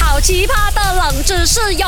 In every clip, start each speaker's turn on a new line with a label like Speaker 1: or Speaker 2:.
Speaker 1: 好奇葩的冷知识哟！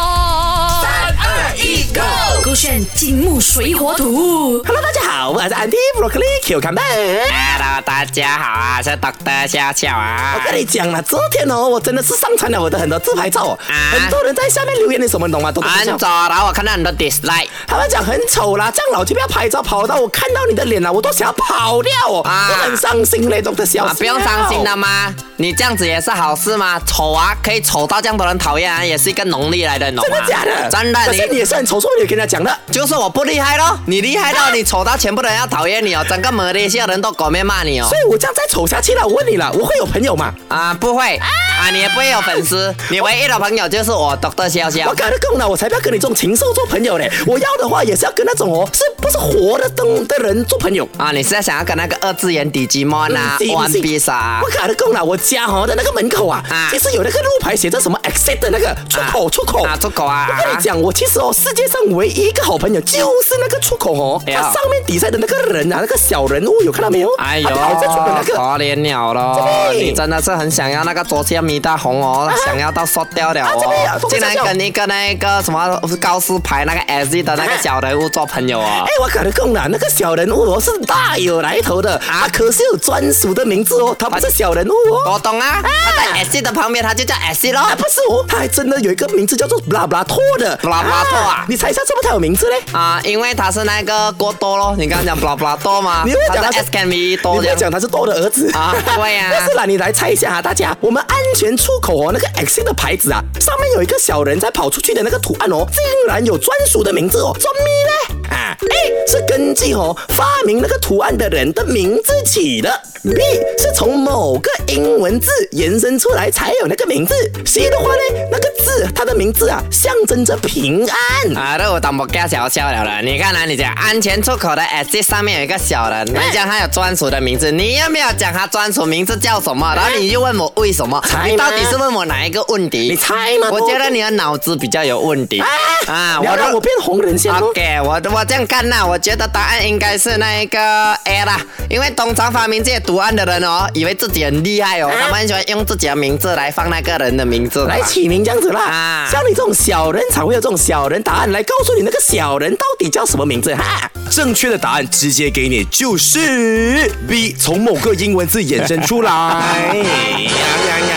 Speaker 1: 三
Speaker 2: 二一，Go！
Speaker 1: 勾选金木水火土。
Speaker 2: Hello，大家好，我是 Andy Broccoli Q 康贝。
Speaker 3: Hello，大家好啊，是 Doctor 笑笑啊。
Speaker 2: 我跟你讲了，昨天哦，我真的是上传了我的很多自拍照哦，
Speaker 3: 啊
Speaker 2: 很多人在下面留言，你什么你懂吗？都
Speaker 3: 很丑，然后我看到很多 dislike
Speaker 2: 他们讲很丑啦，这样老就不要拍照，跑到我看到你的脸了，啊我都想要跑掉哦，
Speaker 3: 啊
Speaker 2: 我很伤心嘞，懂得小、
Speaker 3: 啊，不用伤心的。吗？你这样子也是好事吗？丑啊，可以丑到这样多人讨厌啊，也是一个能力来的，你懂
Speaker 2: 真
Speaker 3: 吗？
Speaker 2: 的假的？
Speaker 3: 真的，
Speaker 2: 可是你
Speaker 3: 你哦
Speaker 2: 也是很丑，所以你跟人家讲的。
Speaker 3: 就是我不厉害咯，你厉害
Speaker 2: 啊
Speaker 3: 到你丑到全部人要讨厌你哦，整个马来西亚人都狗面骂你哦。
Speaker 2: 所以我这样再丑下去了，我问你了，我会有朋友吗？
Speaker 3: 啊，不会啊，你也不会有粉丝，你唯一的朋友就是我 Doctor 笑
Speaker 2: 我
Speaker 3: 笑。
Speaker 2: 搞得够了，我才不要跟你这种禽兽做朋友嘞！我要的话也是要跟那种哦，是不是活的动的人做朋友？
Speaker 3: 啊，你是在想要跟那个二次元 Digimon 啊、
Speaker 2: 信不
Speaker 3: One
Speaker 2: 信
Speaker 3: Piece 啊
Speaker 2: 我？搞得够了，我家哦的那个门口啊，
Speaker 3: 啊
Speaker 2: 其实有那个路牌写着什么 exit 的那个出口，
Speaker 3: 啊
Speaker 2: 出口
Speaker 3: 啊出口啊
Speaker 2: 我跟
Speaker 3: 啊
Speaker 2: 你讲，我其实哦，世界上唯一一个好朋友就是那个出口哦，
Speaker 3: 哎呦
Speaker 2: 它上面底下的那个人啊，那个小人物有看到没有？啊
Speaker 3: 哎呦，哦
Speaker 2: 他跑在出口那个。
Speaker 3: 可怜了咯！
Speaker 2: 这里
Speaker 3: 你真的是很想要那个昨天米大红哦，想要到瘦掉了
Speaker 2: 啊这边啊
Speaker 3: 哦
Speaker 2: 都，不
Speaker 3: 竟
Speaker 2: 想
Speaker 3: 然
Speaker 2: 要
Speaker 3: 跟一个那个什么告示牌那个 S 的那个小人物做朋友哦
Speaker 2: 哎。，我搞得够了，那个小人物哦是大有来头的啊，可是有专属的名字哦，他不是小人物哦。
Speaker 3: 我懂啊，他在 S 的旁边，他就叫 S 咯
Speaker 2: 啊，。不是哦，他还真的有一个名字叫做布拉布拉托的。
Speaker 3: 布拉布拉托啊
Speaker 2: 你猜一下是不是他有名字嘞？
Speaker 3: 啊，因为他是那个过多咯，你刚刚讲 blah blah 多嘛，
Speaker 2: 你会讲
Speaker 3: 他
Speaker 2: 他
Speaker 3: 是
Speaker 2: 是
Speaker 3: S can be
Speaker 2: 你
Speaker 3: 多
Speaker 2: 不
Speaker 3: 这
Speaker 2: 要
Speaker 3: 样。
Speaker 2: 讲他是多的儿子
Speaker 3: 啊对啊
Speaker 2: 但是啦，你来猜一下啊，大家，我们安全出口哦，那个 X 的牌子啊，上面有一个小人在跑出去的那个图案哦，竟然有专属的名字哦，专咪嘞啊，A 是根据哦发明那个图案的人的名字起的，B 是从某个英文字延伸出来才有那个名字，C 的话呢，那个字它的名字啊，象征着平安。
Speaker 3: 啊，那我当不给小笑了了。你看啊，你讲安全出口的 S 上面有一个小人，你讲他有专属的名字，你又没有讲他专属名字叫什么，然后你又问我为什么，
Speaker 2: 猜吗
Speaker 3: 你到底是问我哪一个问题？
Speaker 2: 你猜吗
Speaker 3: 我觉得你的脑子比较有问题
Speaker 2: 啊，你要让
Speaker 3: 都啊
Speaker 2: 我变红人先哦。
Speaker 3: OK，我我这样看呐、我觉得答案应该是那一个 A 啦，因为通常发明这些图案的人哦，以为自己很厉害哦，他们很喜欢用自己的名字来放那个人的名字的嘛
Speaker 2: 哎来起名这样子啦。
Speaker 3: 啊
Speaker 2: 像你这种小人才会有这种小人答案，来告诉你那个小人到底叫什么名字哈。
Speaker 4: 正确的答案直接给你，就是 B，从某个英文字衍生 出来。哎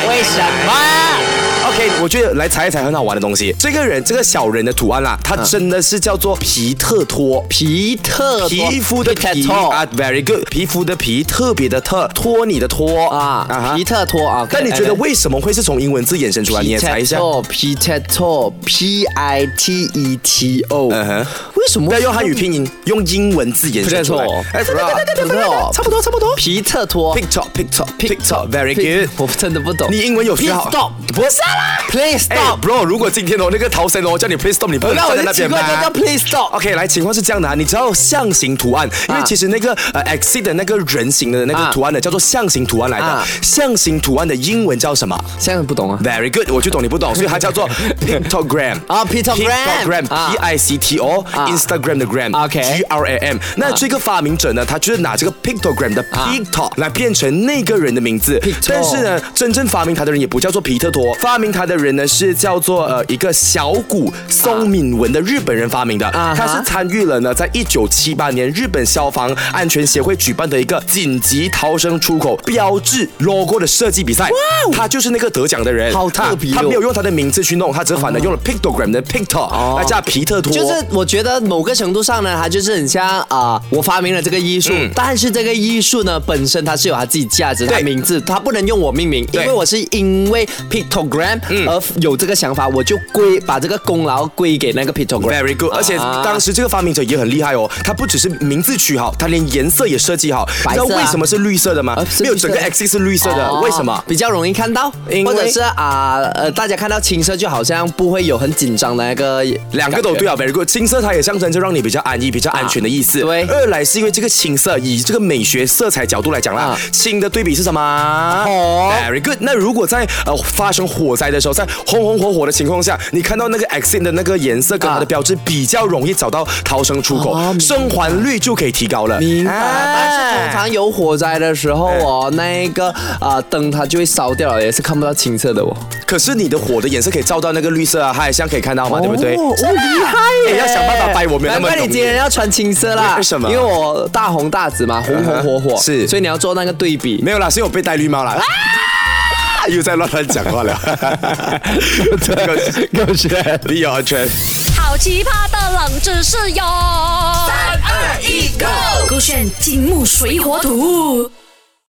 Speaker 3: 为什么？
Speaker 4: OK，我觉得来猜一猜很好玩的东西。这个人，这个小人的图案啦，他真的是叫做皮特托。
Speaker 3: 皮特多
Speaker 4: 皮肤的
Speaker 3: 皮
Speaker 4: 皮
Speaker 3: 特托
Speaker 4: 啊，very good，皮肤的皮，特别的特，托你的托
Speaker 3: 啊，
Speaker 4: 哈
Speaker 3: 皮特托啊。
Speaker 4: 但你
Speaker 2: 哎
Speaker 4: 觉得为什么会是从英文字衍生出来？你也猜一下。
Speaker 3: ？Peter T，P I T E T O，
Speaker 4: 嗯哼
Speaker 3: 为什么
Speaker 4: 不要用汉语拼音，用英文字衍生出来
Speaker 3: Potato。
Speaker 4: 哎，对对对对对对对
Speaker 3: Potato
Speaker 4: 差不多差不多。
Speaker 3: 皮特托
Speaker 4: Picture picture picture very good。
Speaker 3: 我真的不懂。
Speaker 4: 你英文有学
Speaker 3: Please
Speaker 4: 好
Speaker 3: stop，
Speaker 4: 不是啦。
Speaker 3: Please
Speaker 4: 哎
Speaker 3: stop，
Speaker 4: ，bro，如果今天哦那个逃生哦叫你 please stop，你不能
Speaker 3: 呃那我
Speaker 4: 站在那
Speaker 3: 就奇
Speaker 4: 边
Speaker 3: 怪，叫叫
Speaker 4: 吗？
Speaker 3: Please stop。
Speaker 4: OK，来，情况是这样的啊，你知道象形图案，因为
Speaker 3: 啊
Speaker 4: 其实那个呃 X 的那个人形的那
Speaker 3: 啊
Speaker 4: 个图案呢，叫做象形图案来
Speaker 3: 啊
Speaker 4: 的。象形图案的英文叫什么
Speaker 3: 现在不懂啊。
Speaker 4: ？Very good，我就懂你不懂，所以它叫 做 pictogram。
Speaker 3: 啊，pictogram，啊
Speaker 4: P I C T O
Speaker 3: 啊
Speaker 4: Instagram 的 gram
Speaker 3: OK 啊
Speaker 4: G R A M。那这个发明者呢，他就是拿这个 pictogram 的 picto 来变成那个人的名字
Speaker 3: Picto。
Speaker 4: 但是呢，真正发明他的人也不叫做皮特陀，发明他的人呢是叫做呃
Speaker 3: 嗯
Speaker 4: 一个小谷松敏文的日本人发明的。
Speaker 3: 啊哈
Speaker 4: 他是参与了呢，在一九七八年日本消防安全协会举办的一个紧急逃生出口标志 logo 的设计比赛。他就是那个得奖的人，
Speaker 3: 哦
Speaker 4: 啊
Speaker 3: 好特别哦
Speaker 4: 他他没有用他的名字去弄，他只反而用了 pictogram 的 picto 来叫皮特托。
Speaker 3: 哦就是我觉得某个程度上呢，它就是很像啊、我发明了这个艺术，但是这个艺术呢本身它是有它自己价值，它
Speaker 4: 对
Speaker 3: 名字它不能用我命名，因
Speaker 4: 对
Speaker 3: 为我是因为 pictogram 而有这个想法，我就归把这个功劳归给那个 pictogram。
Speaker 4: Very good，而且
Speaker 3: 啊
Speaker 4: 当时这个发明者也很厉害哦，他不只是名字取好，他连颜色也设计好。
Speaker 3: 白色啊
Speaker 4: 你知道为什么是绿色的吗
Speaker 3: 呃？是
Speaker 4: 没有，
Speaker 3: 绿色
Speaker 4: 整
Speaker 3: 的
Speaker 4: 个 X 是绿色的，
Speaker 3: 哦
Speaker 4: 为什么？
Speaker 3: 比较容易看到？
Speaker 4: 因为
Speaker 3: 或者是啊呃，大家看到青色就好像不会有很紧张的那个
Speaker 4: 两个都对啊，Very good。青色它也像象征着让你比较安逸、比较安全的意思。
Speaker 3: 对
Speaker 4: 二来是因为这个青色，以这个美学色彩角度来讲啦
Speaker 3: 啊，哦
Speaker 4: 青的对比是什么？
Speaker 3: 红
Speaker 4: Very good。那如果在呃发生火灾的时候，在红红火火的情况下，你看到那个 X 的那个颜色跟它的
Speaker 3: 啊
Speaker 4: 标志，比较容易找到逃生出口，生还率就可以提高了。
Speaker 3: 哦明白。
Speaker 4: 啊
Speaker 3: 但是通常有火灾的时候哦，那一个啊、灯它就会烧掉了，也是看不到清澈的哦。
Speaker 4: 可是你的火的颜色可以照到那个绿色啊，它也像可以看到嘛，对不对？
Speaker 3: 哦，哦厉害耶！
Speaker 4: 哎要想办法掰我没有那
Speaker 3: 难
Speaker 4: 么容易
Speaker 3: 怪你今天要穿青色啦，
Speaker 4: 为什么
Speaker 3: 因为我大红大紫嘛，红红火火，
Speaker 4: 是
Speaker 3: 所以你要做那个对比。
Speaker 4: 没有啦，是因为我被戴绿帽啦。啊 又在乱乱讲话 了， 够够炫，你有安全。
Speaker 1: 好奇葩的冷知识哟！三二一，Go！勾选金木水火土。